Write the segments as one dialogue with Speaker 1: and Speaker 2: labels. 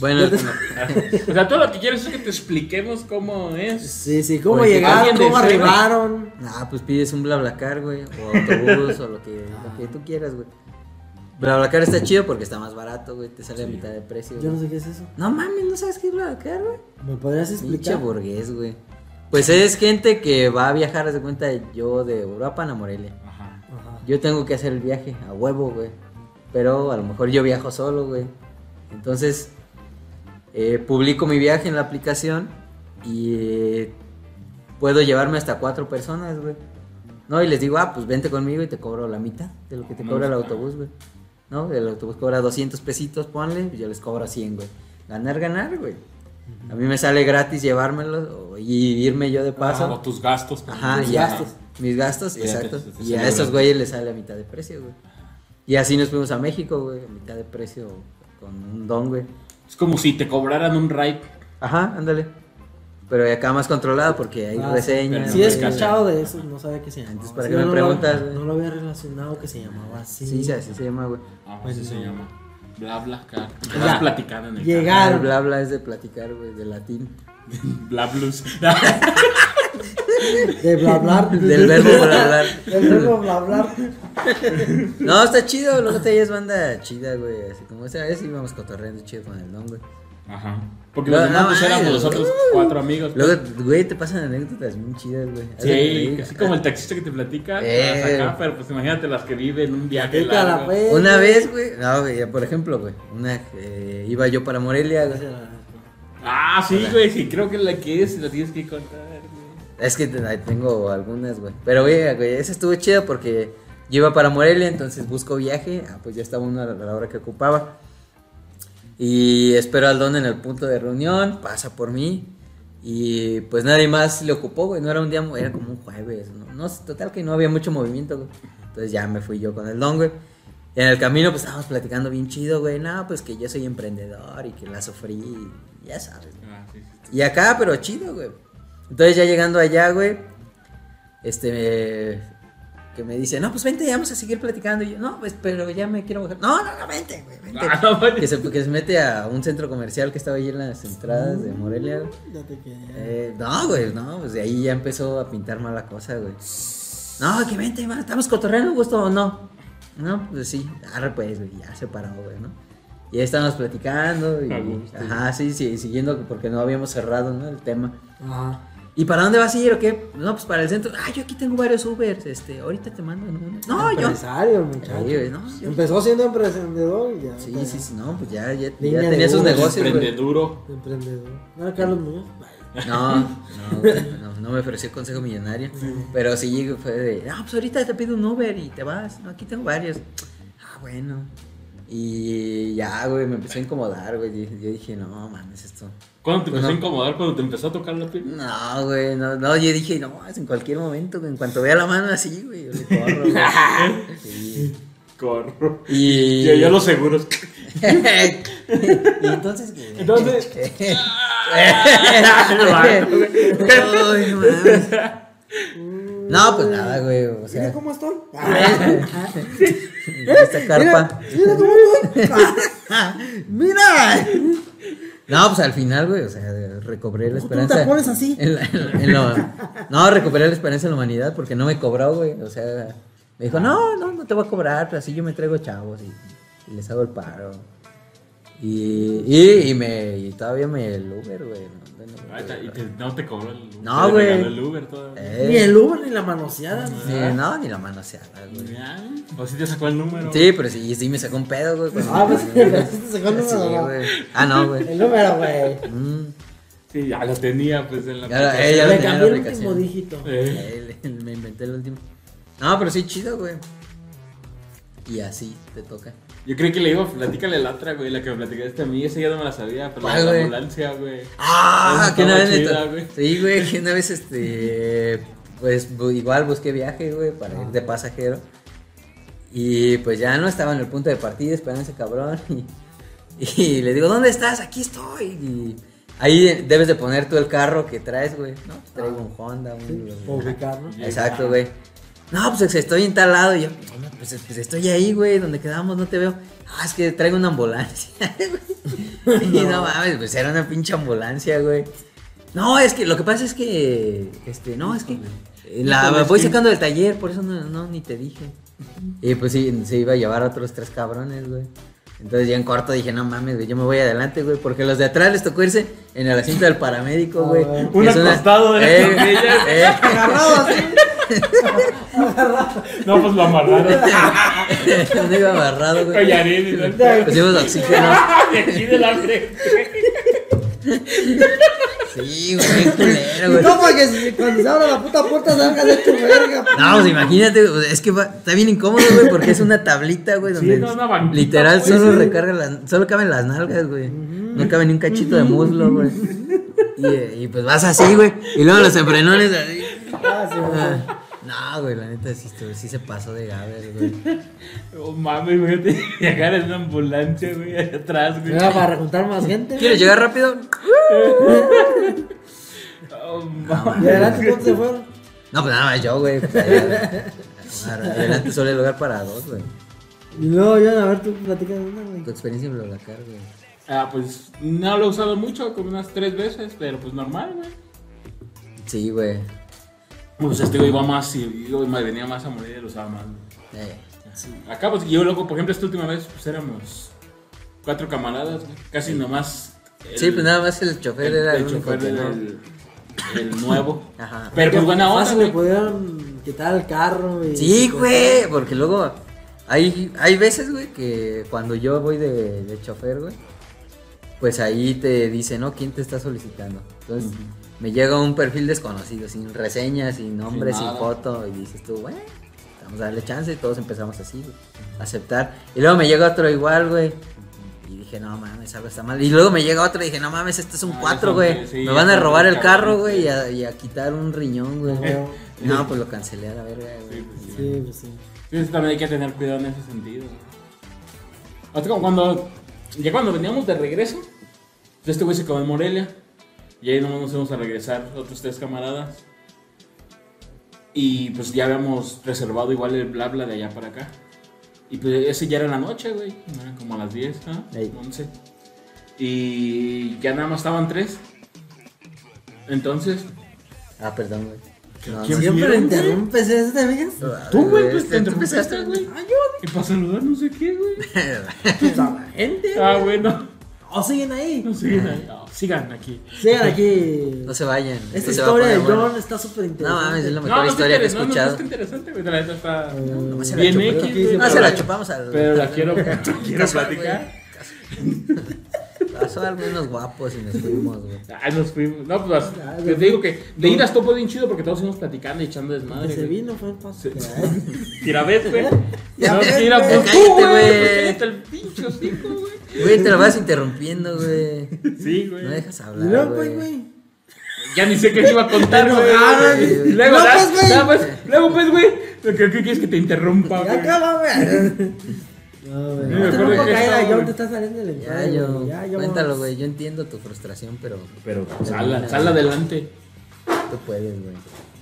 Speaker 1: Bueno,
Speaker 2: Yo te-
Speaker 1: bueno.
Speaker 3: O sea, todo lo que quieres es que te expliquemos cómo es.
Speaker 2: Sí, sí, ¿cómo
Speaker 1: Oye,
Speaker 2: llegaron?
Speaker 3: alguien
Speaker 2: ¿Cómo
Speaker 3: de cero.
Speaker 2: arribaron?
Speaker 1: Ah, pues pides un BlaBlaCar, güey, o autobús, o lo que, lo que tú quieras, güey. BlaBlaCar está chido porque está más barato, güey, te sale a mitad de precio.
Speaker 2: Yo no
Speaker 1: güey.
Speaker 2: sé qué es eso.
Speaker 1: No mames, ¿no sabes qué es BlaBlaCar, güey?
Speaker 2: ¿Me podrías
Speaker 1: Pinche
Speaker 2: explicar?
Speaker 1: burgués, güey. Pues es gente que va a viajar, haz de cuenta, yo de Europa a Morelia.
Speaker 3: Ajá.
Speaker 2: Ajá.
Speaker 1: Yo tengo que hacer el viaje a huevo, güey. Pero a lo mejor yo viajo solo, güey. Entonces, eh, publico mi viaje en la aplicación y eh, puedo llevarme hasta cuatro personas, güey. No, y les digo, ah, pues vente conmigo y te cobro la mitad de lo que te
Speaker 3: No,
Speaker 1: cobra el
Speaker 3: está.
Speaker 1: autobús, güey. No, el autobús cobra 200 pesitos, ponle, y yo les cobro 100, güey. Ganar, ganar, güey. A mí me sale gratis llevármelo o- y irme yo de paso.
Speaker 3: Ah, O tus gastos.
Speaker 1: Ajá,
Speaker 2: Tus
Speaker 1: ya.
Speaker 2: gastos.
Speaker 1: Mis gastos,
Speaker 3: Ya te-
Speaker 1: exacto.
Speaker 3: te- te
Speaker 1: y a
Speaker 3: sale
Speaker 1: esos
Speaker 3: barato.
Speaker 1: güeyes les sale a mitad de precio, güey. Y así nos fuimos a México, güey, a mitad de precio con un don, güey.
Speaker 3: Es como si te cobraran un ride.
Speaker 1: Ajá, ándale. Pero acá más controlado porque hay
Speaker 2: Ah, sí,
Speaker 1: reseñas.
Speaker 2: Sí, he
Speaker 1: güey.
Speaker 3: es cachado.
Speaker 2: escuchado de eso, no sabía que se llamaba.
Speaker 1: Entonces, ¿para
Speaker 2: así.
Speaker 1: qué me
Speaker 2: No lo-
Speaker 1: preguntas, güey?
Speaker 2: No lo había relacionado que se llamaba así.
Speaker 1: Sí, sí, así se llama, güey.
Speaker 3: Ah, pues se
Speaker 2: no.
Speaker 3: llama. Bla, bla, car.
Speaker 2: Ya.
Speaker 3: Estás platicando en el
Speaker 2: Llega-
Speaker 1: Ah,
Speaker 2: Claro.
Speaker 1: El bla bla es de platicar, güey, de latín.
Speaker 3: carro. Bla, blues.
Speaker 2: De bla bla.
Speaker 1: Del verbo bla, blar.
Speaker 2: Del verbo bla bla.
Speaker 1: No, está chido, luego te es banda chida, güey. Así como esa vez íbamos cotorreando chido con el don, güey.
Speaker 3: Ajá. Porque
Speaker 1: No,
Speaker 3: los demás
Speaker 1: no, Uh.
Speaker 3: pues,
Speaker 1: ay,
Speaker 3: éramos nosotros cuatro amigos.
Speaker 1: Luego, güey, te pasan anécdotas bien chidas, güey. Haz de
Speaker 3: Sí,
Speaker 1: reír.
Speaker 3: así como el taxista que te platica,
Speaker 1: Eh.
Speaker 3: las acá, pero pues imagínate las que viven un viaje
Speaker 2: Explícala,
Speaker 3: largo.
Speaker 2: pues.
Speaker 1: Una vez, güey, no, güey, por ejemplo, güey, una, eh, iba yo para Morelia, güey.
Speaker 3: Ah, sí, güey, sí, creo que la que es, la tienes que contar. güey.
Speaker 1: Es que te- ahí tengo algunas, güey. Pero, güey, güey, esa estuvo chida porque yo iba para Morelia, entonces busco viaje. Ah, pues ya estaba uno a la- a la hora que ocupaba. Y espero al don en el punto de reunión, pasa por mí. Y pues nadie más le ocupó, güey. No era un día, mu- era como un jueves. No, no sé, total que no había mucho movimiento, güey. Entonces ya me fui yo con el don, güey. Y en el camino, pues estábamos platicando bien chido, güey. No, pues que yo soy emprendedor y que la sufrí. y Ya sabes, güey.
Speaker 3: Ah, sí, sí.
Speaker 1: Y acá, pero chido, güey. Entonces ya llegando allá, güey, este, me- que me dice, no, pues vente, ya vamos a seguir platicando. Y yo, no, pues, pero ya me quiero bajar. No, no, no, vente, güey, vente.
Speaker 3: Ah, no,
Speaker 1: Que
Speaker 3: mames.
Speaker 1: se, que se mete a un centro comercial que estaba allí en las entradas de Morelia. güey.
Speaker 2: Ya te quedé.
Speaker 1: Eh, no, güey, no, pues de ahí ya empezó a pintar mala cosa, güey. No, que vente, ma, estamos cotorreando, gusto o no. No, pues sí, arre pues, güey, ya se paró, güey, ¿no? Y ahí estábamos platicando y,
Speaker 3: A gusto.
Speaker 1: ajá, sí, sí, siguiendo porque no habíamos cerrado, ¿no? El tema.
Speaker 2: Ajá.
Speaker 1: ¿Y para dónde vas a ir o qué? No, pues para el centro. Ah, yo aquí tengo varios Ubers, este, ahorita te mando en uno. No, Ah, yo.
Speaker 2: Empresario, muchacho.
Speaker 1: Ahí, güey, no, yo-
Speaker 2: Empezó siendo emprendedor y ya.
Speaker 1: Sí,
Speaker 2: ya,
Speaker 1: sí, sí, no, pues ya, ya,
Speaker 2: Línea
Speaker 1: ya
Speaker 2: de
Speaker 1: tenía sus
Speaker 2: Uber.
Speaker 1: negocios, güey.
Speaker 3: Emprendeduro.
Speaker 2: Emprendedor. ¿No era Carlos Muñoz?
Speaker 1: No, no, güey, no, no me ofreció consejo millonario. Pero sí fue de, no, pues ahorita te pido un Uber y te vas. No, aquí tengo varios. Ah, bueno. Y ya, güey, me empezó a incomodar, güey. y Yo dije, no, mames, esto.
Speaker 3: ¿Cuándo te empezó
Speaker 1: Bueno.
Speaker 3: a incomodar? Cuando te empezó a tocar la piel.
Speaker 1: No, güey, no, no, yo dije, no, es en cualquier momento, güey, en cuanto vea la mano así, güey, yo le corro, güey. Sí.
Speaker 3: Corro.
Speaker 1: Y.
Speaker 3: Yo, yo los seguros.
Speaker 1: y entonces, Ah, güey.
Speaker 3: Entonces.
Speaker 1: Ay, no mames. No, pues nada, güey, o sea.
Speaker 2: Mira cómo estoy.
Speaker 1: Esta carpa.
Speaker 2: Mira cómo estoy.
Speaker 1: ¡Mira! No, pues al final, güey, o sea, recobré la
Speaker 2: ¿Tú te
Speaker 1: esperanza.
Speaker 2: pones así?
Speaker 1: en la- en- en lo- no, recuperé la esperanza en la humanidad porque no me cobró, güey. O sea, me dijo, no, no, no te voy a cobrar, pero así yo me traigo chavos y, y les hago el paro. Y, y, y me, y todavía me el Uber, güey. No, no, no,
Speaker 3: Ay, ta- y te- no te cobró el Uber.
Speaker 1: No,
Speaker 3: te
Speaker 1: güey.
Speaker 3: regaló el Uber todavía.
Speaker 1: Eh,
Speaker 2: Ni el Uber ni la manoseada. ni-
Speaker 1: ni- no, ni la mano se haga, güey.
Speaker 3: Pues Ya. O si te sacó el número.
Speaker 1: Sí, pero sí, sí me sacó un pedo, güey. cuando-
Speaker 2: Ah, pues, te sacó el
Speaker 1: Sí,
Speaker 2: número,
Speaker 1: güey. Ah, no, güey.
Speaker 2: El número, güey.
Speaker 1: Mm.
Speaker 3: Sí, ya lo tenía, pues en la.
Speaker 1: Ya,
Speaker 3: aplicación.
Speaker 1: eh, ya lo
Speaker 2: Le
Speaker 1: tenía en
Speaker 2: cambié
Speaker 1: la
Speaker 2: el último
Speaker 1: aplicación.
Speaker 2: dígito.
Speaker 3: Eh.
Speaker 1: Eh, le- Me inventé el último. No, pero sí, chido, güey. Y así te toca.
Speaker 3: Yo creo que le digo, platícale la otra, güey, la que me platicaste a mí, esa ya no me la sabía, pero
Speaker 1: ¿Cuál,
Speaker 3: la de
Speaker 1: güey?
Speaker 3: la ambulancia, güey.
Speaker 1: ¡Ah!
Speaker 3: Esa
Speaker 1: Que una
Speaker 3: estaba
Speaker 1: vez me
Speaker 3: chida,
Speaker 1: to-
Speaker 3: güey.
Speaker 1: Sí, güey, que una vez este. Pues bu- igual busqué viaje, güey, para ir de pasajero. Y pues ya no estaba en el punto de partida esperando a ese cabrón. Y, y le digo, ¿dónde estás? Aquí estoy. Y ahí debes de
Speaker 3: Ah.
Speaker 1: poner tú el carro que traes, güey. No, traigo un Honda, un.
Speaker 2: Por ubicarlo.
Speaker 1: Exacto, güey. No, pues estoy en tal lado. Y yo, "No, pues, pues, estoy ahí, güey, donde quedamos, no te veo. Ah, es que traigo una ambulancia. güey. Y no mames, pues era una pinche ambulancia, güey. No, es que lo que pasa es que. Este, no, es que. eh, La
Speaker 3: Híjole,
Speaker 1: voy
Speaker 3: sí.
Speaker 1: sacando del taller, por eso no, no, ni te dije. Y pues sí, se iba a llevar a otros tres cabrones, güey. Entonces yo en corto dije, no mames, güey, yo me voy adelante, güey, porque los de atrás les tocó irse en el asiento del paramédico, güey.
Speaker 2: Ah,
Speaker 3: un
Speaker 1: Es una-
Speaker 3: acostado de las
Speaker 1: Eh,
Speaker 3: camillas.
Speaker 1: eh.
Speaker 2: Agarrado así.
Speaker 3: No, pues lo amarraron.
Speaker 1: No iba amarrado, güey.
Speaker 3: Collarín y todo el pedo.
Speaker 1: Pusimos oxígeno.
Speaker 3: De aquí de la frente.
Speaker 1: Sí, güey, culero, güey.
Speaker 2: No, para que si- cuando se abra la puta puerta salga de tu verga.
Speaker 1: No, pues imagínate, güey, es que va- está bien incómodo, güey, porque es una tablita, güey,
Speaker 3: Sí,
Speaker 1: donde
Speaker 3: no, una banquita,
Speaker 1: literal
Speaker 3: güey,
Speaker 1: solo
Speaker 3: sí.
Speaker 1: recarga las, solo caben las nalgas, güey. No cabe ni un cachito de muslo, güey. Y, eh, y pues vas así, güey. Y luego los emprenones así.
Speaker 2: Ah, sí, güey.
Speaker 1: Ah, No, güey, la neta sí, estuvo- sí se pasó de gaber, güey.
Speaker 3: Oh, mames, güey. Te llegar en una ambulancia, güey, allá atrás, güey.
Speaker 2: Era para juntar más gente.
Speaker 1: ¿Quieres llegar rápido?
Speaker 3: Oh, mames.
Speaker 2: Y adelante, ¿cuántos se fueron?
Speaker 1: No, pues nada más yo, güey. Pues, allá- adelante solo hay lugar para dos, güey.
Speaker 2: Y luego ya, a ver, tú platicas de una, güey.
Speaker 1: Tu experiencia en Blablacar, güey.
Speaker 3: Ah, pues no lo he usado mucho, como unas tres veces, pero pues normal, güey.
Speaker 1: Sí, güey.
Speaker 3: Pues este güey va más y yo me venía más a morir y lo usaba más. güey.
Speaker 1: Eh,
Speaker 3: Sí. Acá, pues yo loco, por ejemplo, esta última vez, pues éramos cuatro camaradas, güey. Casi nomás. el-
Speaker 1: sí, pues nada más el chofer
Speaker 3: El,
Speaker 1: era el,
Speaker 3: el
Speaker 1: único
Speaker 3: chofer
Speaker 1: que
Speaker 3: era
Speaker 1: no.
Speaker 3: el, el nuevo.
Speaker 1: Ajá.
Speaker 3: Pero pues buena onda,
Speaker 2: Fácil le
Speaker 3: güey.
Speaker 2: pudieron quitar el carro, pues. güey.
Speaker 1: Sí, güey, porque luego hay, hay veces, güey, que cuando yo voy de, de chofer, güey, pues ahí te dice, ¿no? ¿Quién te está solicitando? Entonces me llega un perfil desconocido, sin reseña, sin nombre, sin,
Speaker 3: nada.
Speaker 1: foto, y dices tú, güey, vamos a darle chance, y todos empezamos así, güey, a aceptar. Y luego me llega otro igual, güey. Y dije, no mames, algo está mal. Y luego me llega otro y dije, no mames, este es un
Speaker 3: Ah,
Speaker 1: 4,
Speaker 3: eso,
Speaker 1: güey.
Speaker 3: sí,
Speaker 1: me van a
Speaker 3: eso,
Speaker 1: robar el
Speaker 3: cabrón,
Speaker 1: carro, güey,
Speaker 3: sí.
Speaker 1: y a, y a quitar un riñón, güey.
Speaker 2: güey.
Speaker 1: No, pues lo cancelé a la verga, güey.
Speaker 3: Sí, pues, sí.
Speaker 2: Sí, pues sí.
Speaker 3: Entonces también hay que tener cuidado en ese sentido. Hasta como cuando. Ya cuando veníamos de regreso, pues, este güey se quedó en Morelia. Y ahí nomás nos fuimos a regresar, otros tres camaradas. Y pues ya habíamos reservado igual el bla bla de allá para acá. Y pues ese ya era la noche, güey. Eran como a las 10, ¿no?
Speaker 1: Ey.
Speaker 3: 11. Y ya nada más estaban tres. Entonces,
Speaker 1: Ah, perdón, güey. No,
Speaker 3: ¿Quién
Speaker 1: sí.
Speaker 2: Siempre
Speaker 3: vieron,
Speaker 2: interrumpes, ¿eh? ¿te fijas?
Speaker 3: tú, güey, pues
Speaker 1: Este,
Speaker 3: te
Speaker 1: tú
Speaker 3: empezaste,
Speaker 1: empezaste,
Speaker 3: güey. Y para saludar, no sé qué, güey.
Speaker 2: Pues a la gente.
Speaker 3: Ah, bueno.
Speaker 2: O siguen ahí.
Speaker 3: No sigan ahí. No, sigan aquí.
Speaker 2: Sigan aquí.
Speaker 1: No se vayan.
Speaker 2: Esta
Speaker 1: esto se va a
Speaker 2: historia de
Speaker 1: poner
Speaker 2: John
Speaker 1: bueno.
Speaker 2: está súper
Speaker 1: No mames, es
Speaker 2: interesante.
Speaker 1: la mejor historia que he
Speaker 3: interesa- no, no,
Speaker 1: escuchado.
Speaker 3: está interesante, güey. La neta está
Speaker 1: No, se la
Speaker 3: bien
Speaker 1: chupé.
Speaker 3: X, güey,
Speaker 1: No se
Speaker 3: pero-
Speaker 1: la chupamos al.
Speaker 3: Pero la
Speaker 1: al-
Speaker 3: quiero, quiero
Speaker 1: Casual,
Speaker 3: platicar.
Speaker 1: güey. Pasó algunos guapos y nos fuimos, güey.
Speaker 3: Ay, nos fuimos. No, pues
Speaker 2: Ah,
Speaker 3: te
Speaker 2: güey.
Speaker 3: digo que de ir estuvo bien chido porque todos íbamos platicando y echando
Speaker 2: Que
Speaker 3: desmadre.
Speaker 2: se
Speaker 3: güey.
Speaker 2: vino fue el paso.
Speaker 3: Sí. Tira vez, güey. No,
Speaker 1: ves,
Speaker 3: tira
Speaker 1: güey.
Speaker 3: pues
Speaker 1: Cállate,
Speaker 3: tú, güey.
Speaker 1: güey.
Speaker 3: pues, Cállate el pinche hocico, güey.
Speaker 1: Güey, te lo vas interrumpiendo, güey.
Speaker 3: Sí, güey.
Speaker 1: No dejas
Speaker 2: Y
Speaker 1: hablar.
Speaker 2: luego, pues,
Speaker 1: güey.
Speaker 2: güey.
Speaker 3: Ya ni sé qué te iba a contar,
Speaker 2: Te
Speaker 3: güey. Ah,
Speaker 2: enojaron.
Speaker 3: Y Luego,
Speaker 2: No,
Speaker 3: da-
Speaker 2: pues, güey.
Speaker 3: da, pues, Luego, pues, güey. Lo que que quieres que te interrumpa,
Speaker 2: Ya
Speaker 3: güey.
Speaker 2: acaba, güey. No, güey.
Speaker 3: me
Speaker 2: No te
Speaker 3: acuerdo
Speaker 2: rompo
Speaker 3: que
Speaker 2: caída,
Speaker 3: estaba,
Speaker 2: John,
Speaker 3: güey.
Speaker 2: te está saliendo del
Speaker 1: Ya,
Speaker 2: encuadre,
Speaker 1: yo.
Speaker 2: güey. Ya, yo-
Speaker 1: Cuéntalo, güey. Yo entiendo tu frustración, pero.
Speaker 3: Pero salla, salla adelante.
Speaker 1: Tú puedes, güey.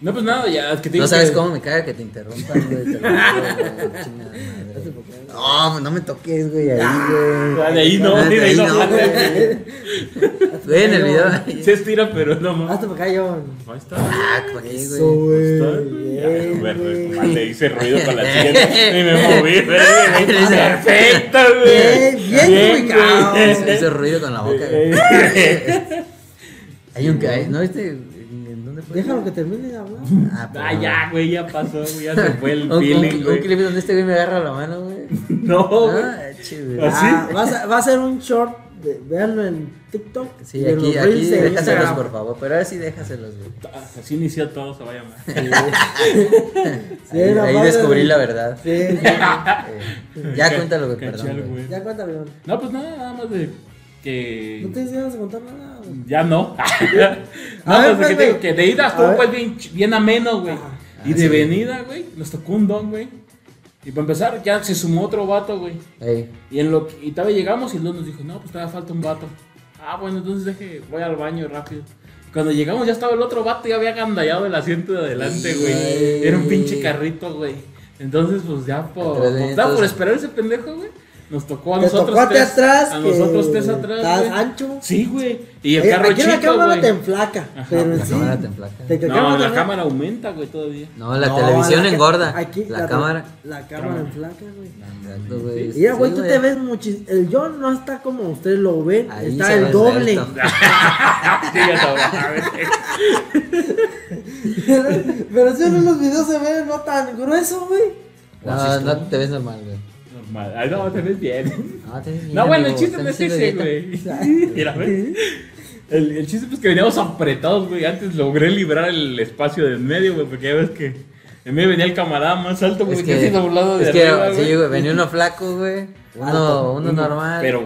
Speaker 3: No, pues nada, ya es que te digo
Speaker 1: No sabes
Speaker 3: que-
Speaker 1: cómo me caga que te interrumpan, güey. te lo juro, güey, chingada madre. No, no me toques, güey. Ahí, güey.
Speaker 3: ¿eh? Ah, De ahí no,
Speaker 1: Ah,
Speaker 3: de ahí no.
Speaker 1: güey. Güey, en el video.
Speaker 3: Se estira, pero no más.
Speaker 2: Hazte para acá, John.
Speaker 3: Ahí está.
Speaker 1: Ah, ¿para qué,
Speaker 2: Eso,
Speaker 1: güey?
Speaker 2: güey.
Speaker 3: Ya,
Speaker 2: Bien,
Speaker 3: güey, pues,
Speaker 2: güey.
Speaker 3: nomás Le hice ruido con la silla y me moví. güey. Perfecto,
Speaker 2: Bien,
Speaker 3: güey.
Speaker 2: bien ubicado.
Speaker 1: Se hizo ruido con la boca. güey.
Speaker 2: Eh,
Speaker 1: Hay un que hay. ¿No viste? ¿En en dónde fue?
Speaker 2: Déjalo que termine de hablar.
Speaker 1: Ah,
Speaker 3: Ah,
Speaker 1: perdón.
Speaker 3: ya, güey, ya pasó, güey, ya se fue el
Speaker 1: Un- un-
Speaker 3: feeling,
Speaker 1: Un
Speaker 3: güey.
Speaker 1: clip donde este güey me agarra la mano, güey.
Speaker 3: No, güey.
Speaker 1: Ah, chido.
Speaker 3: Así.
Speaker 2: Ah, va, a, ser- va a ser un short. De, véanlo en TikTok.
Speaker 1: Sí,
Speaker 2: y en
Speaker 1: aquí,
Speaker 2: los reels
Speaker 1: aquí
Speaker 2: de
Speaker 1: déjaselos,
Speaker 2: Instagram.
Speaker 1: por favor. Pero ahora sí déjaselos, güey.
Speaker 3: Así inició todo, se va a llamar.
Speaker 2: Sí,
Speaker 1: Ahí,
Speaker 2: la
Speaker 1: ahí
Speaker 2: madre
Speaker 1: descubrí
Speaker 2: de-
Speaker 1: la verdad.
Speaker 2: Sí, sí.
Speaker 1: Eh, ya cuéntalo, güey,
Speaker 3: Cachal,
Speaker 1: perdón. güey.
Speaker 3: güey.
Speaker 2: Ya cuéntame, John.
Speaker 3: No, pues nada, nada más de que.
Speaker 2: No tienes ganas de contar nada, güey.
Speaker 3: Ya no. no,
Speaker 2: A ver,
Speaker 3: pues, de que,
Speaker 2: güey.
Speaker 3: digo que de ida
Speaker 2: A
Speaker 3: estuvo
Speaker 2: ver.
Speaker 3: pues bien, ch- bien ameno, güey.
Speaker 2: Ajá.
Speaker 3: y
Speaker 1: Ah,
Speaker 3: de
Speaker 1: sí.
Speaker 3: venida, güey, nos tocó un don, güey. Y para empezar, ya se sumó otro vato, güey.
Speaker 1: Ey,
Speaker 3: Y, en lo, que- y todavía llegamos y luego nos dijo, no, pues todavía falta un vato. Ah, bueno, entonces deje, voy al baño rápido. Cuando llegamos ya estaba el otro vato, ya había agandallado el asiento de adelante, güey. Era un pinche carrito, güey. Entonces, pues ya por,
Speaker 1: Atrás de
Speaker 3: pues, ya por
Speaker 1: entonces-
Speaker 3: esperar ese pendejo, güey. Nos tocó a
Speaker 2: Te
Speaker 3: nosotros
Speaker 2: tocó a ti
Speaker 3: tres.
Speaker 2: atrás.
Speaker 3: a
Speaker 2: que
Speaker 3: nosotros tres atrás.
Speaker 2: Estás
Speaker 3: güey.
Speaker 2: ancho.
Speaker 3: Sí, güey. Y el
Speaker 2: Eh,
Speaker 3: carro
Speaker 2: aquí en la
Speaker 3: chico,
Speaker 2: cámara
Speaker 3: güey.
Speaker 2: te enflaca.
Speaker 3: Ajá,
Speaker 2: pero
Speaker 1: La
Speaker 2: sí.
Speaker 1: cámara te emplaca.
Speaker 2: Te- te
Speaker 3: No, la
Speaker 2: te-
Speaker 3: cámara aumenta, güey, todavía.
Speaker 1: No, la
Speaker 2: No,
Speaker 1: televisión
Speaker 2: la ca-
Speaker 1: engorda.
Speaker 2: Aquí,
Speaker 1: la, cámara.
Speaker 2: La cámara
Speaker 3: Cámara.
Speaker 2: enflaca, güey.
Speaker 1: Exacto, güey.
Speaker 2: Mira, güey,
Speaker 1: Sí,
Speaker 2: tú te ves muchísimo. El John no está como ustedes lo ven,
Speaker 1: Ahí
Speaker 2: está
Speaker 1: se ve
Speaker 2: el doble.
Speaker 1: esbelto.
Speaker 3: Ah, Sí, ya sabrá, güey.
Speaker 2: Pero si en los videos se ve no tan grueso, güey.
Speaker 1: No, no te ves normal, güey.
Speaker 3: Normal. Ay, no, te ves bien.
Speaker 1: No, te ves bien,
Speaker 3: No, bueno, el
Speaker 1: amigo,
Speaker 3: chiste
Speaker 1: estás
Speaker 3: no es
Speaker 1: haciendo
Speaker 3: ese,
Speaker 1: dieta.
Speaker 3: güey. Mira, ¿ves? El, el chiste es que veníamos apretados, güey. Antes logré librar el espacio del medio, güey, porque ya ves que en medio venía el camarada más alto, güey,
Speaker 1: Es
Speaker 3: que casi
Speaker 1: que,
Speaker 3: doblado de
Speaker 1: es que,
Speaker 3: arriba,
Speaker 1: sí,
Speaker 3: güey.
Speaker 1: güey, venía uno flaco, güey. Uno,
Speaker 2: Alto,
Speaker 1: uno normal. Pero,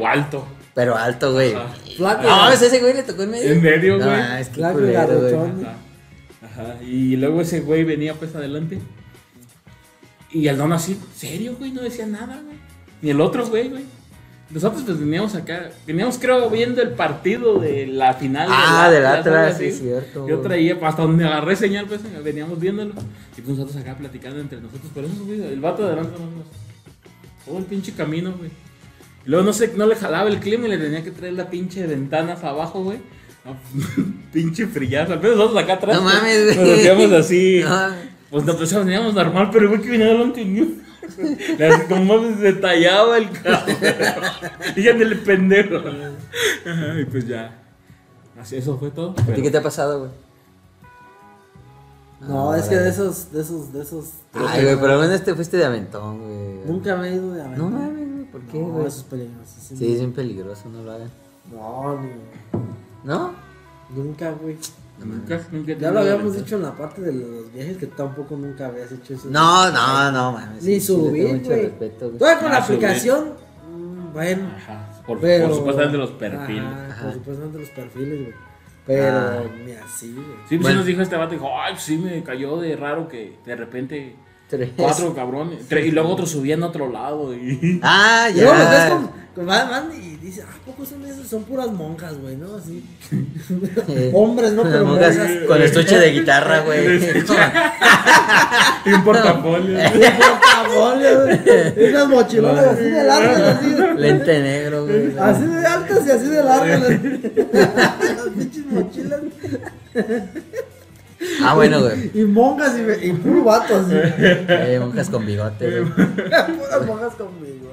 Speaker 3: Pero alto.
Speaker 1: alto, güey.
Speaker 3: Ajá.
Speaker 2: Flaco.
Speaker 1: No, mames, ese güey le tocó en medio.
Speaker 3: En medio,
Speaker 1: No,
Speaker 3: güey.
Speaker 1: mames, qué
Speaker 2: Flaco y
Speaker 1: culero, güey.
Speaker 2: garrochón.
Speaker 3: Ajá. Ajá. Y luego ese güey venía pues adelante. Y el don así, serio, güey, no decía nada, güey. Ni el otro, güey, güey. Nosotros pues veníamos acá, veníamos creo viendo el partido de la final.
Speaker 1: Ah, del
Speaker 3: Atlas,
Speaker 1: Atlas,
Speaker 3: algo
Speaker 1: sí,
Speaker 3: así.
Speaker 1: es cierto,
Speaker 3: Yo
Speaker 1: güey.
Speaker 3: traía, pues, hasta donde agarré señal, pues veníamos viéndolo. Y pues nosotros acá platicando entre nosotros. Por eso, güey, el vato de adelante no nos- Todo el pinche camino, güey. Y luego no sé, no le jalaba el clima y le tenía que traer la pinche ventana hasta abajo, güey. No, pinche frillazo. Al menos nosotros acá atrás.
Speaker 1: No
Speaker 3: pues,
Speaker 1: mames, güey.
Speaker 3: Nos hacíamos así.
Speaker 1: No.
Speaker 3: Pues no, pues veníamos normal, pero el güey que venía adelante, no. Así como mames, se tallaba el cabrón. Díganle el pendejo. Ajá, y pues ya. Así, eso fue todo.
Speaker 1: ¿A ti
Speaker 3: pero-
Speaker 1: qué te ha pasado, güey?
Speaker 2: No,
Speaker 1: Ah,
Speaker 2: es que de
Speaker 1: órale.
Speaker 2: esos, de esos, de esos.
Speaker 1: Ay, güey, pero al menos te fuiste de aventón, güey.
Speaker 2: Nunca me he ido de
Speaker 1: No
Speaker 2: aventar.
Speaker 1: mames, güey, ¿por qué,
Speaker 2: No,
Speaker 1: güey?
Speaker 2: eso es peligrosísimo.
Speaker 1: Sí, es bien peligroso, no lo hagan.
Speaker 2: No, ni-
Speaker 1: ¿No?
Speaker 2: nunca, güey.
Speaker 3: Nunca, nunca. he
Speaker 2: Ya lo
Speaker 3: tenido
Speaker 2: habíamos
Speaker 3: ventaja.
Speaker 2: dicho en la parte de los viajes que tampoco nunca habías hecho eso.
Speaker 1: No, no, no, mames.
Speaker 2: Ni
Speaker 1: sí, sí, le tengo
Speaker 2: subir,
Speaker 1: mucho
Speaker 2: güey.
Speaker 1: respeto, güey.
Speaker 2: Todavía con
Speaker 3: Ah,
Speaker 2: la
Speaker 3: subir.
Speaker 2: aplicación, mm, bueno.
Speaker 3: Ajá. Por,
Speaker 2: Pero...
Speaker 3: por supuestamente los perfiles.
Speaker 2: Ajá,
Speaker 1: Ajá.
Speaker 2: Por supuestamente los perfiles, güey. Pero
Speaker 1: Ah.
Speaker 2: ni así, güey.
Speaker 3: Sí, pues sí
Speaker 1: Bueno.
Speaker 3: nos dijo este vato, dijo, ay, sí me cayó de raro que de repente
Speaker 1: Tres.
Speaker 3: cuatro cabrones, tres, y luego otros subían a otro lado y...
Speaker 1: Ah,
Speaker 2: Y luego los ves
Speaker 1: ya.
Speaker 2: con, con- van, van y dices, "Ah, ¿a poco son esos? Son puras monjas, güey, ¿no? Así.
Speaker 1: Eh,
Speaker 2: Hombres, ¿no?
Speaker 1: con
Speaker 2: Pero
Speaker 1: monjas,
Speaker 2: monjas.
Speaker 1: con estuche de guitarra, güey.
Speaker 3: y un portafolio.
Speaker 2: Portafolio, güey. Unas mochilonas así de largas, así.
Speaker 1: Lente negro, güey.
Speaker 2: Así de altas y así de largas. las- Las pinches mochilas.
Speaker 1: Ah, bueno, güey.
Speaker 2: Y monjas y, y puro vato, así.
Speaker 1: Eh, monjas con bigote, güey.
Speaker 2: Puras monjas conmigo.